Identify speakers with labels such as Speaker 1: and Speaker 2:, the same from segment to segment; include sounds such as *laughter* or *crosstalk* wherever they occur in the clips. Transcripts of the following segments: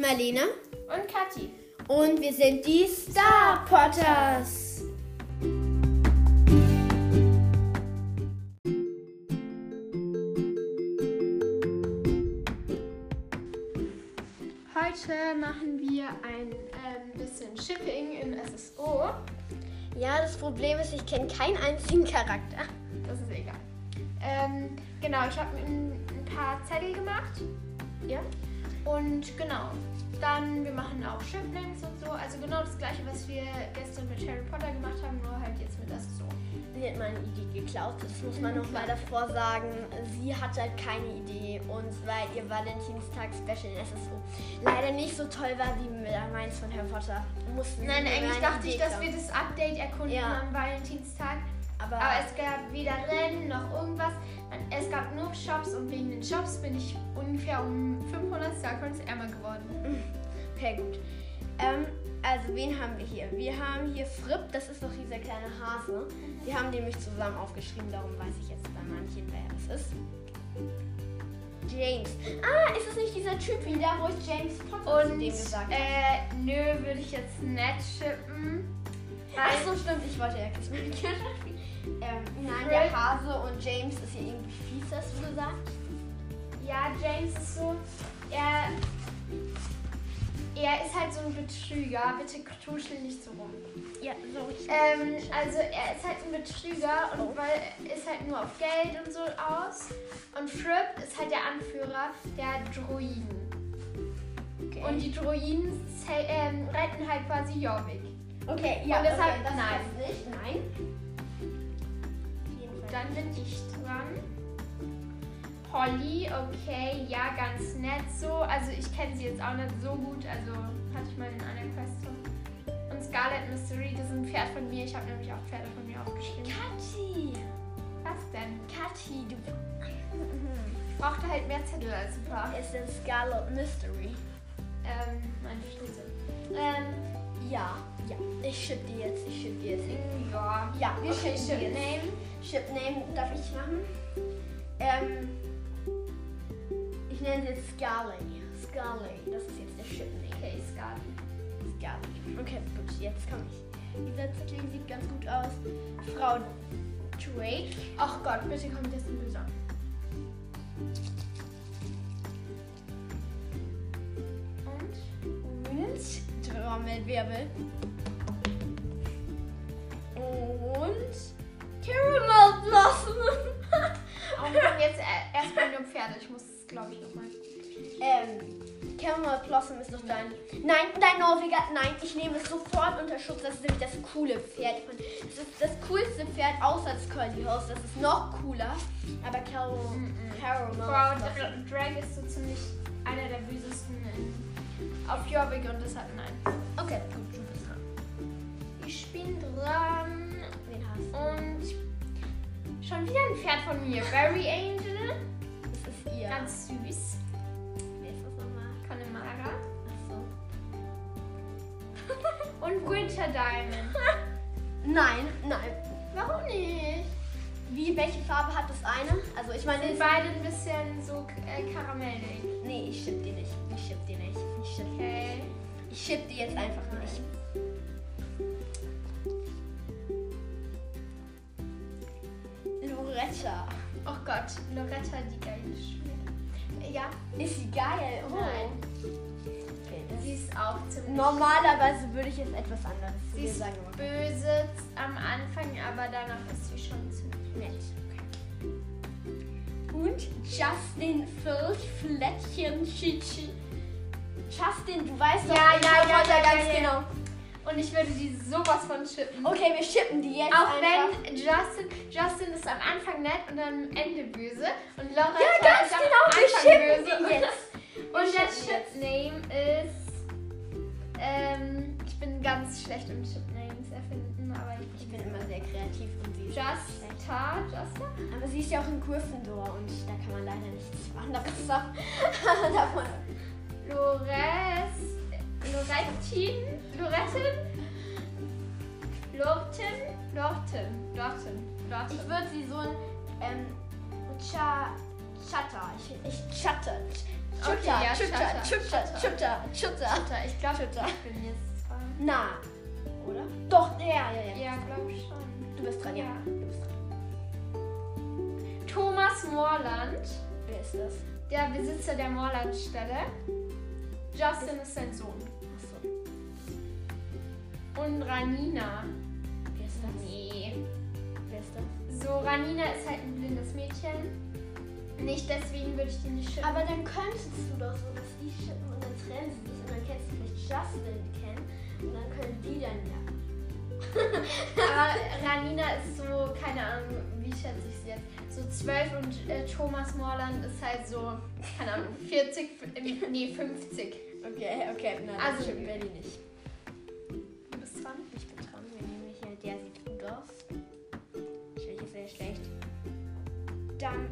Speaker 1: Marlene
Speaker 2: Und Kathi.
Speaker 1: und wir sind die Star Potters.
Speaker 2: Heute machen wir ein ähm, bisschen Shipping im SSO.
Speaker 1: Ja, das Problem ist, ich kenne keinen einzigen Charakter.
Speaker 2: Das ist egal. Ähm, genau, ich habe mir ein, ein paar Zettel gemacht. Ja. Und genau, dann wir machen auch Shiplinks und so. Also genau das gleiche, was wir gestern mit Harry Potter gemacht haben, nur halt jetzt mit SSO.
Speaker 1: Sie hat meine Idee geklaut, das muss man noch mal davor sagen. Sie hatte halt keine Idee und weil ihr Valentinstag-Special in SSO leider nicht so toll war wie mit meins von Harry Potter. Mussten sie
Speaker 2: Nein,
Speaker 1: mir
Speaker 2: eigentlich
Speaker 1: meine
Speaker 2: dachte ich,
Speaker 1: Idee
Speaker 2: dass wir
Speaker 1: klauen.
Speaker 2: das Update erkunden
Speaker 1: Ja.
Speaker 2: am Valentinstag.
Speaker 1: Aber,
Speaker 2: Aber es gab weder Rennen noch irgendwas. Man- Es gab nur Shops und wegen den Shops bin ich ungefähr um 500 Starcoins ärmer geworden.
Speaker 1: Okay, gut. Ähm, also, wen haben wir hier? Wir haben hier Fripp, das ist doch dieser kleine Hase. Wir haben die nämlich zusammen aufgeschrieben, darum weiß ich jetzt bei manchen, wer das ist. James. Ah, ist es nicht dieser Typ wieder, wo ich James Potter zu
Speaker 2: Und
Speaker 1: dem gesagt habe?
Speaker 2: äh, nö, würde ich jetzt nicht schippen.
Speaker 1: Ach
Speaker 2: Weil
Speaker 1: so, stimmt, ich wollte ja Kiss My Killer spielen. ähm, Nein, der
Speaker 2: Fripp.
Speaker 1: Hase und James ist hier irgendwie fies, hast du gesagt?
Speaker 2: ja, James ist so, er, er ist halt so ein Betrüger. Bitte tuschel nicht so rum.
Speaker 1: Ja, so
Speaker 2: Ähm, also er ist halt ein Betrüger und weil ist halt nur auf Geld und so aus. Und Fripp ist halt der Anführer der Droiden.
Speaker 1: okay.
Speaker 2: Und die Droiden zäh- ähm, retten halt quasi Jorvik.
Speaker 1: okay, ja,
Speaker 2: und deshalb-
Speaker 1: okay, das
Speaker 2: nein.
Speaker 1: weiß ich nicht. Nein. Auf jeden Fall.
Speaker 2: Dann bin ich dran. Polly, okay, ja, ganz nett so. Also ich kenne sie jetzt auch nicht so gut, also hatte ich mal in einer Quest. so. Und Scarlet Mystery, das ist ein Pferd von mir. Ich habe nämlich auch Pferde von mir aufgeschrieben.
Speaker 1: Kathi.
Speaker 2: Was denn?
Speaker 1: Kathi, du
Speaker 2: Ich brauchte halt mehr Zettel als ein paar.
Speaker 1: ist in Scarlet Mystery.
Speaker 2: Ähm, meine Schlüssel.
Speaker 1: Ähm, ja, ja. Ich ship dir jetzt, ich ship dir jetzt. Ich-
Speaker 2: Ja.
Speaker 1: Ja, wir
Speaker 2: Okay,
Speaker 1: shippen
Speaker 2: Ship
Speaker 1: jetzt.
Speaker 2: Name.
Speaker 1: Ship Name darf ich machen? Ähm, ich nenne sie jetzt Scarlet. Scarlet, das ist jetzt der Ship Name.
Speaker 2: Okay, Scarlet.
Speaker 1: Scarlet. Okay, gut, jetzt komme ich. Dieser Zettel sieht ganz gut aus. Frau Drake.
Speaker 2: Ach Gott, bitte kommt jetzt ein Böser. Und?
Speaker 1: Und Trommelwirbel. Und Caramel Blossom.
Speaker 2: Auch komm jetzt äh, erstmal nur Pferde. Ich muss es, glaube ich, nochmal.
Speaker 1: *laughs* ähm, Caramel Blossom ist doch dein. Nein, dein Norweger. Nein, ich nehme es sofort unter Schutz. Das ist nämlich das coole Pferd. von- Das ist das coolste Pferd außer das Curly Horse. Das ist noch cooler. Aber Car
Speaker 2: Frau
Speaker 1: Caramel Blossom.
Speaker 2: Dra- Drag ist so ziemlich einer der wüsesten in, auf Jorvik und das hat nein.
Speaker 1: Okay, gut, du bist dran.
Speaker 2: Ich bin dran
Speaker 1: Wen hast du?
Speaker 2: und schon wieder ein Pferd von mir. Barry Angel.
Speaker 1: Das ist ihr.
Speaker 2: Ganz süß.
Speaker 1: Wer ist das nochmal?
Speaker 2: Connemara.
Speaker 1: Achso. *laughs*
Speaker 2: Und Winter Diamond.
Speaker 1: Nein, nein.
Speaker 2: Warum nicht?
Speaker 1: Wie, welche Farbe hat das eine? Also ich meine,
Speaker 2: Sind
Speaker 1: es-
Speaker 2: beide ein bisschen so äh, karamellig.
Speaker 1: nee, ich schipp die nicht. Ich schipp die nicht. Ich schipp,
Speaker 2: Okay.
Speaker 1: ich schipp die jetzt einfach nicht. Loretta.
Speaker 2: Oh Gott, Loretta, die geile Schule. Ja,
Speaker 1: Ist sie geil? Oh.
Speaker 2: Nein.
Speaker 1: Okay, das
Speaker 2: sie
Speaker 1: ist
Speaker 2: ist auch ziemlich
Speaker 1: Normalerweise würde ich jetzt etwas anderes zu
Speaker 2: Sie
Speaker 1: dir
Speaker 2: ist
Speaker 1: sagen. aber-
Speaker 2: böse z- am Anfang, aber danach ist sie schon ziemlich nett.
Speaker 1: Und Justin Filch Flättchen Chichi. Justin, du weißt doch,
Speaker 2: Ja,
Speaker 1: ich
Speaker 2: ja,
Speaker 1: weiß
Speaker 2: ja,
Speaker 1: heute
Speaker 2: ja,
Speaker 1: ganz
Speaker 2: ja, ja.
Speaker 1: genau.
Speaker 2: Und ich würde sie sowas von schippen.
Speaker 1: Okay, wir schippen die Oh, jetzt
Speaker 2: Auch
Speaker 1: einfach.
Speaker 2: wenn Justin, Justin ist am Anfang nett und am Ende böse. Und Loretta
Speaker 1: Ja, ganz
Speaker 2: ist am
Speaker 1: genau, wir
Speaker 2: Anfang böse.
Speaker 1: schippen die jetzt.
Speaker 2: Und
Speaker 1: *laughs* Wir
Speaker 2: der
Speaker 1: schippen jetzt.
Speaker 2: Chipname ist. Ähm, ich bin ganz schlecht im Chipnames erfinden, aber ich,
Speaker 1: Ich bin immer sehr kreativ und sie ist schlecht.
Speaker 2: Justa, Justa?
Speaker 1: Aber sie ist ja auch in Gryffindor und da kann man leider nichts anderes sagen. *laughs* davon.
Speaker 2: Lores. Lorettin? Lorettin? Lorten? Lorten. Lorten.
Speaker 1: Ich
Speaker 2: Lorten.
Speaker 1: würde sie so ein ähm, Cha Chatter. Ich, ich chatter. Chutter,
Speaker 2: Okay, ja,
Speaker 1: chutter,
Speaker 2: chatter,
Speaker 1: chutter,
Speaker 2: chatter.
Speaker 1: chutter, chutter.
Speaker 2: Chatter, ich glaube,
Speaker 1: Chatter.
Speaker 2: ich bin jetzt dran.
Speaker 1: Na, oder? Doch, ja, ja, ja.
Speaker 2: Ja, glaube ich schon.
Speaker 1: Du bist dran, ja.
Speaker 2: Ja.
Speaker 1: Du bist dran.
Speaker 2: Thomas Morland,
Speaker 1: Wer ist das?
Speaker 2: der Besitzer der Morlandstelle. Justin ist sein Sohn.
Speaker 1: Achso,
Speaker 2: Und Ranina.
Speaker 1: wer ist das?
Speaker 2: Nee.
Speaker 1: Wer ist das?
Speaker 2: So, Ranina ist halt ein blindes Mädchen. Nicht deswegen würde ich die nicht schippen.
Speaker 1: Aber dann könntest du doch so, dass die schippen und dann trennen sie sich und dann kennst du vielleicht Justin kennen und dann können die dann ja.
Speaker 2: *laughs* Aber Ranina ist so, keine Ahnung, wie schätze ich sie jetzt? So 12 und äh, Thomas Morland ist halt so, keine Ahnung, 40, f- im- nee, 50.
Speaker 1: Okay, okay, na,
Speaker 2: Also-
Speaker 1: also, schippen wir die nicht.
Speaker 2: Du bist dran.
Speaker 1: Ich bin dran, wir nehmen hier, der sieht gut aus. Natürlich ist er schlecht. Dann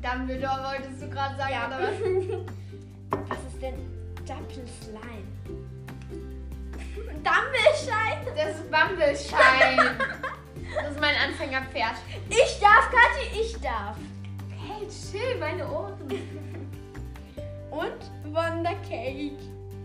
Speaker 2: Dumbledore wolltest du gerade sagen,
Speaker 1: Ja. *laughs*
Speaker 2: oder was?
Speaker 1: Was ist denn Double Slime? Dumble-Schein!
Speaker 2: Das ist Bumbleschein. das ist mein Anfängerpferd.
Speaker 1: *laughs* Ich darf, Kathi, ich darf.
Speaker 2: Hey, chill, meine Ohren.
Speaker 1: Und Wondercake.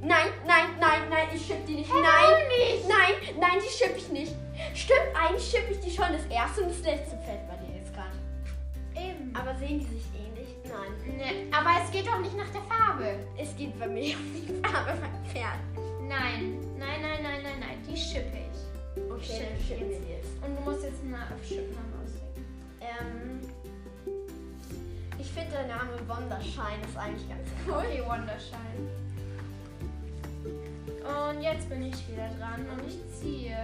Speaker 1: Nein, nein, nein, nein, ich schipp die nicht.
Speaker 2: Hey,
Speaker 1: Nein,
Speaker 2: warum nicht?
Speaker 1: nein, nein, die schipp ich nicht. Stimmt, eigentlich schipp ich die schon. Das erste und das letzte fällt bei dir jetzt gerade.
Speaker 2: Eben.
Speaker 1: Aber sehen die sich ähnlich? Nein.
Speaker 2: Ne, aber es geht doch nicht nach der Farbe.
Speaker 1: Es geht bei mir um die Farbe von Pferd.
Speaker 2: Nein, nein, nein, nein, nein, nein, die schippe ich.
Speaker 1: Okay, dann schippen wir die jetzt.
Speaker 2: Und du musst jetzt mal auf Schippnamen auswählen.
Speaker 1: Ähm, ich finde der Name Wonderschein ist eigentlich ganz cool.
Speaker 2: Okay, Wonderschein. Und jetzt bin ich wieder dran und ich ziehe.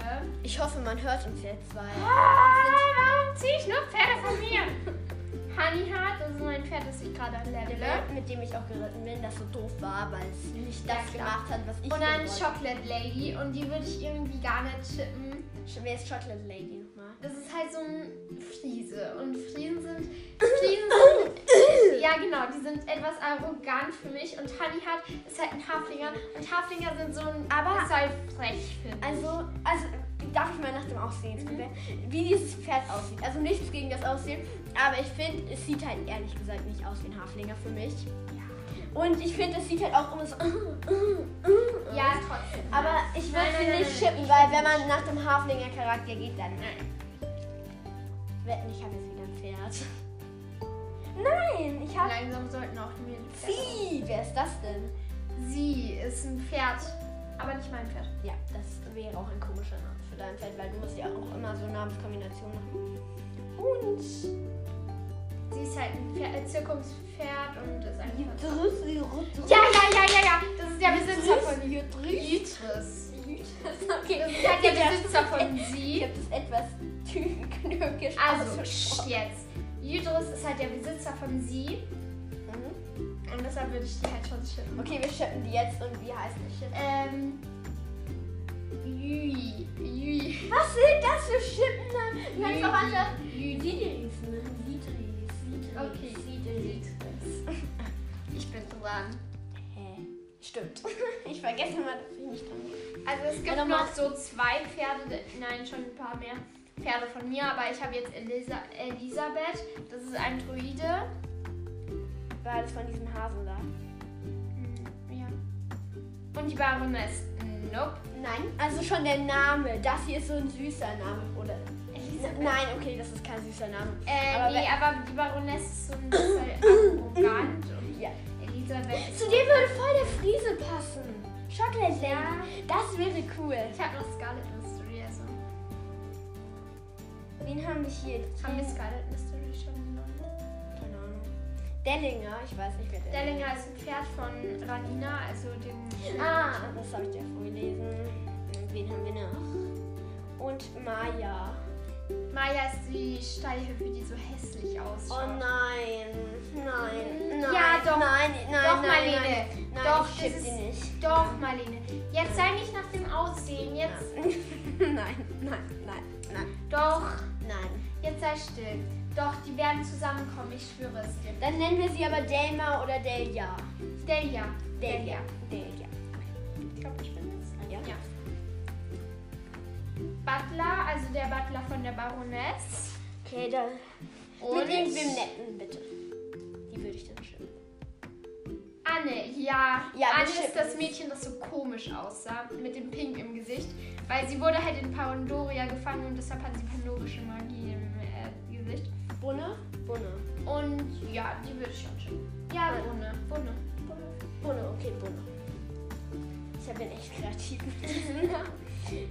Speaker 1: Ich hoffe, man hört uns jetzt, weil.
Speaker 2: Ah, warum ziehe ich nur Pferde von mir? *laughs* Honeyheart, das ist mein Pferd, das ich gerade levele.
Speaker 1: Mit dem ich auch geritten bin, das so doof war, weil es nicht
Speaker 2: Ja,
Speaker 1: das
Speaker 2: klar.
Speaker 1: gemacht hat, was ich
Speaker 2: Und dann
Speaker 1: wollte.
Speaker 2: Chocolate Lady und die würde ich irgendwie gar nicht schippen.
Speaker 1: Sch- Wer ist Chocolate Lady nochmal?
Speaker 2: Das ist halt so ein Friese. Und
Speaker 1: *coughs*
Speaker 2: Friesen sind. Friesen sind. ja, genau. Die sind etwas arrogant für mich. Und Honeyheart ist halt ein Haflinger. Und Haflinger sind so ein.
Speaker 1: Aber-
Speaker 2: Ist halt frech für
Speaker 1: Also, also darf ich mal nach dem Aussehen jetzt bewerten, wie dieses Pferd aussieht. Also nichts gegen das Aussehen, aber ich finde, es sieht halt ehrlich gesagt nicht aus wie ein Haflinger für mich. Und ich finde, es sieht halt auch immer so.
Speaker 2: Ja, trotzdem.
Speaker 1: Aber ich würde sie
Speaker 2: Nein, nein, nein,
Speaker 1: nicht
Speaker 2: nein,
Speaker 1: schippen, weil wenn man nach dem Haflinger Charakter geht, dann.
Speaker 2: Nein.
Speaker 1: Wetten, ich habe jetzt wieder ein Pferd. Nein, ich habe.
Speaker 2: Langsam sollten auch die Mädels.
Speaker 1: Sie! Wer ist das denn?
Speaker 2: Sie ist ein Pferd. Aber nicht mein Pferd.
Speaker 1: Ja, das wäre auch ein komischer Name für dein Pferd, weil du musst ja auch immer so Namenskombinationen machen. Und.
Speaker 2: Sie ist halt ein Pferd, ein Zirkumspferd und ist ein Pferd. Ja,
Speaker 1: Ja!
Speaker 2: ja, ja, ja, ja. Das ist der Besitzer von
Speaker 1: Jütris.
Speaker 2: Jütris.
Speaker 1: Okay,
Speaker 2: Das ist
Speaker 1: *laughs*
Speaker 2: halt der Besitzer von
Speaker 1: Ich
Speaker 2: Sie.
Speaker 1: habe das etwas typisch
Speaker 2: Also,
Speaker 1: ausgesprochen.
Speaker 2: sch- jetzt. Jüdris ist halt der Besitzer von sie
Speaker 1: Mhm.
Speaker 2: und deshalb würde ich die halt schon schippen.
Speaker 1: Okay, wir schippen die jetzt und wie heißt das Schippen?
Speaker 2: Ähm. Jui. Jui.
Speaker 1: Was sind das für Schippen? Ganz auch anders.
Speaker 2: Jui.
Speaker 1: Sidris, ne? Sidris, Sidris,
Speaker 2: Okay.
Speaker 1: Sidris.
Speaker 2: Ich bin dran.
Speaker 1: Hä? Stimmt. *laughs* ich vergesse mal, dass ich nicht dran bin.
Speaker 2: Also, es gibt
Speaker 1: Also,
Speaker 2: noch
Speaker 1: mach-
Speaker 2: so zwei Pferde. Nein, schon ein paar mehr Pferde von mir, aber ich habe jetzt Elisa Elisabeth. Das ist ein Druide.
Speaker 1: War das von diesem Hasen da?
Speaker 2: Hm, Ja. Und die Baroness. Nope.
Speaker 1: Nein. Also schon der Name. Das hier ist so ein süßer Name, oder?
Speaker 2: Elisabeth.
Speaker 1: Nein, okay, das ist kein süßer Name.
Speaker 2: Äh,
Speaker 1: Aber
Speaker 2: nee,
Speaker 1: wer-
Speaker 2: aber die Baroness ist so ein bisschen arrogant
Speaker 1: *clears throat*
Speaker 2: und
Speaker 1: Ja.
Speaker 2: Elisabeth ist
Speaker 1: Zu dir würde voll der Friese passen. Chocolate Lady. Das wäre cool.
Speaker 2: Ich habe noch Scarlet Mystery, also.
Speaker 1: Wen haben wir hier?
Speaker 2: Haben wir Scarlet Mystery schon genommen?
Speaker 1: Keine Ahnung. Dellinger. Ich weiß nicht, wer der
Speaker 2: Dellinger ist ein Pferd von Ranina, also dem.
Speaker 1: Ah, das habe ich dir vorgelesen. Und wen haben wir noch? Und Maya.
Speaker 2: Maya ist die Stallhüpfe, die so hässlich
Speaker 1: Oh
Speaker 2: ausschaut.
Speaker 1: nein, nein, nein.
Speaker 2: Ja, doch.
Speaker 1: Nein, nein,
Speaker 2: Doch,
Speaker 1: nein,
Speaker 2: Marlene.
Speaker 1: nein. Nein,
Speaker 2: Doch,
Speaker 1: ich schipp
Speaker 2: das
Speaker 1: die
Speaker 2: *laughs*
Speaker 1: nicht.
Speaker 2: Doch, Marlene. Jetzt sei nicht nach dem Aussehen. Jetzt.
Speaker 1: nein, nein, nein, nein,
Speaker 2: Doch.
Speaker 1: nein.
Speaker 2: Jetzt sei still. Doch, die werden zusammenkommen, ich schwöre es dir.
Speaker 1: Dann nennen wir sie aber Delma oder Delia.
Speaker 2: Delia.
Speaker 1: Delia. Delia.
Speaker 2: Ich glaube, ich bin jetzt.
Speaker 1: Ja.
Speaker 2: Ja. Butler, also der Butler von der Baroness.
Speaker 1: Okay, dann.
Speaker 2: Und-
Speaker 1: Mit irgendwem netten, bitte.
Speaker 2: Anne, ja.
Speaker 1: Ja,
Speaker 2: Anne
Speaker 1: bestimmt.
Speaker 2: ist das Mädchen, das so komisch aussah, mit dem Pink im Gesicht. Weil sie wurde halt in Pandoria gefangen und deshalb hat sie pandorische Magie im äh, Gesicht.
Speaker 1: Bunne? Bunne.
Speaker 2: Und ja, die würde ich schon schicken. Ja,
Speaker 1: Ja.
Speaker 2: Bunne, Bunne.
Speaker 1: Bunne, okay, Bunne. Ich bin echt *laughs* kreativ mit diesen.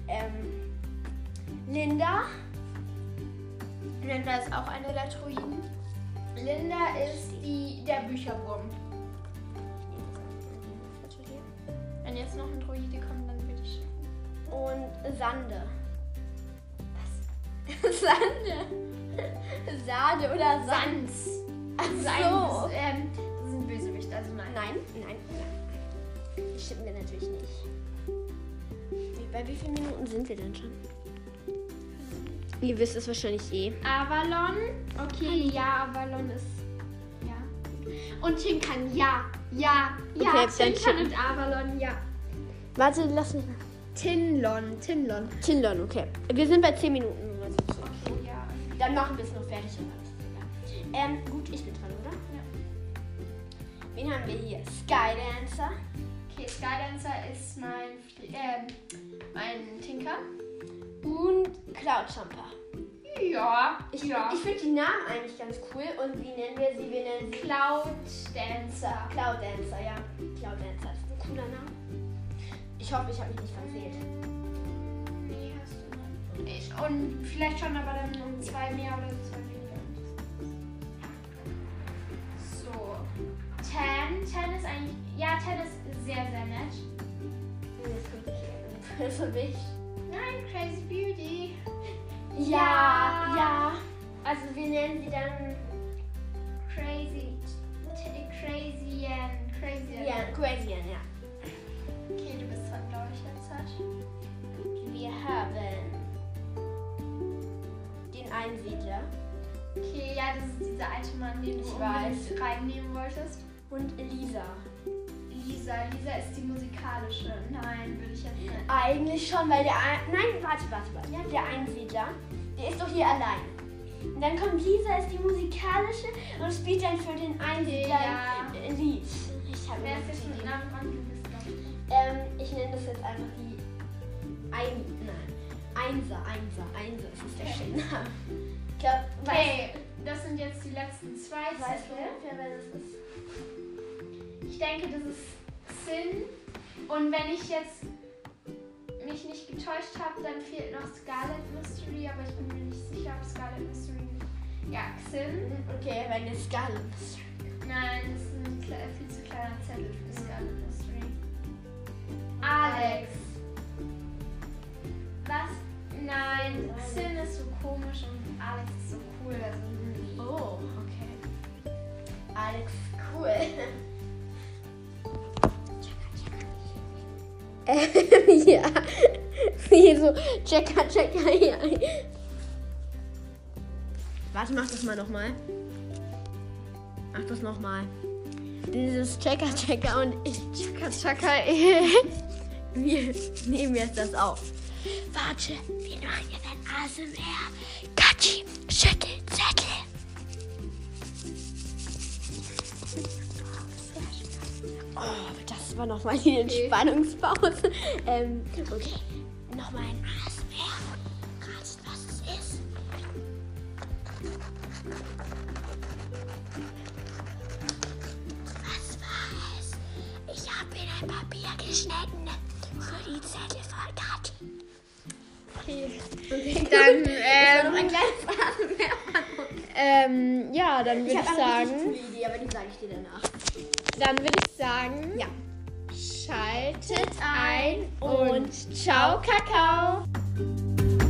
Speaker 1: ähm, Linda?
Speaker 2: Linda ist auch eine der Druiden. Linda ist die, der Bücherwurm. Wenn jetzt noch ein Druide kommt, dann würde ich.
Speaker 1: Und Sande. *laughs*
Speaker 2: Was?
Speaker 1: Sande? Sade oder Sande?
Speaker 2: Sans.
Speaker 1: Ach
Speaker 2: Sans.
Speaker 1: so.
Speaker 2: Ähm, das ist ein Bösewicht, also nein.
Speaker 1: Nein, nein, nein. Die stimmen wir natürlich nicht. Wie- Bei wie vielen Minuten sind wir denn schon? Ihr wisst es wahrscheinlich eh.
Speaker 2: Avalon.
Speaker 1: Hm.
Speaker 2: Okay, ja, Avalon ist. Ja. Und Shinkan, ja. Ja, ja.
Speaker 1: Okay, dann
Speaker 2: Shinkan
Speaker 1: Shin-
Speaker 2: und Avalon, ja.
Speaker 1: Warte, lass mich mal.
Speaker 2: Tinlon, Tinlon.
Speaker 1: Tindern, okay. Wir sind bei 10 Minuten.
Speaker 2: Okay, ja.
Speaker 1: Dann machen wir es noch fertig und dann ist es egal. Ähm, gut, ich bin dran, oder?
Speaker 2: Ja.
Speaker 1: Wen haben wir hier? Skydancer.
Speaker 2: Okay, Skydancer ist mein. Flie- Ähm, mein Tinker.
Speaker 1: Und Cloudjumper.
Speaker 2: Ja,
Speaker 1: Ich,
Speaker 2: ja.
Speaker 1: ich finde die Namen eigentlich ganz cool. Und wie nennen wir sie? Wir nennen sie
Speaker 2: Cloud Dancer.
Speaker 1: Cloud Dancer, ja. Cloud Dancer ist ein cooler Name. Ich hoffe, ich habe mich nicht versehen.
Speaker 2: Nee, hast du nicht. Ich, und vielleicht schon, aber dann um zwei mehr oder zwei weniger. So. Tan. Tan ist eigentlich. Ja, Tan ist sehr, sehr nett.
Speaker 1: Das kommt *laughs* nicht hin. Für Also mich.
Speaker 2: Nein, Crazy Beauty.
Speaker 1: Ja, ja. Also wir nennen sie dann
Speaker 2: Crazy. T- Crazy Ann. Crazy Ann.
Speaker 1: ja, Crazy Ann, ja.
Speaker 2: Okay, du bist dran, glaube ich, jetzt. Sascha.
Speaker 1: Wir haben den Einsiedler.
Speaker 2: Okay, ja, das ist dieser alte Mann, den du
Speaker 1: Ich
Speaker 2: unbedingt
Speaker 1: weiß.
Speaker 2: reinnehmen wolltest.
Speaker 1: Und Lisa.
Speaker 2: Lisa. Lisa ist die musikalische. Nein, würde ich jetzt nicht.
Speaker 1: Eigentlich schon, weil der Ein Nein, warte, warte, warte. Ja, der Einsiedler, der ist doch hier allein. Und dann kommt Lisa, ist die musikalische und spielt dann für den Einsiedler
Speaker 2: Ja.
Speaker 1: ein Lied. Ich habe
Speaker 2: Wer ist jetzt mit Namen dran? Du bist dran.
Speaker 1: ähm, Ich nenne das jetzt einfach die Ein Nein. Einser, Einser, Einser, das ist der
Speaker 2: Okay.
Speaker 1: schöne Name. Ich glaube,
Speaker 2: Okay, das sind jetzt die letzten zwei
Speaker 1: weißt, weißt du
Speaker 2: Zettel.
Speaker 1: ungefähr, wer das ist?
Speaker 2: Ich denke, das ist Sin. Und wenn ich jetzt mich nicht getäuscht habe, dann fehlt noch Scarlet Mystery, aber ich bin mir nicht sicher, ob Scarlet Mystery. Ja, Xin.
Speaker 1: Okay, wenn es Scarlet ist.
Speaker 2: Nein, das ist ein kle- viel zu kleiner Zettel für Scarlet Mystery. Alex. Was? Nein, Xin ist so komisch und Alex ist so cool. Also, hm.
Speaker 1: Oh, okay. Alex, cool. Ähm, *laughs* ja. Hier so, checker, checker, hier. Warte, mach das mal nochmal. Mach das nochmal. Dieses checker, checker und ich checker, checker. *laughs* Wir nehmen jetzt das auf. Warte, wir machen jetzt ein ASMR. Katschi, schüttel, zettel. Oh, aber das war nochmal die Entspannungspause. Ähm, okay. Nochmal ein ASMR. Ratet, was es ist. Was war es? Ich habe in ein Papier geschnitten für die Zettel von Kathi. Okay. *laughs*
Speaker 2: Dann,
Speaker 1: Das war
Speaker 2: ähm,
Speaker 1: noch ein kleines ASMR.
Speaker 2: Ähm, ja, dann würde
Speaker 1: Ich
Speaker 2: ich,
Speaker 1: habe eine richtig
Speaker 2: sagen,
Speaker 1: coole Idee, aber die sage ich dir danach.
Speaker 2: dann würde ich sagen,
Speaker 1: Ja.
Speaker 2: schaltet ein und ciao Kakao.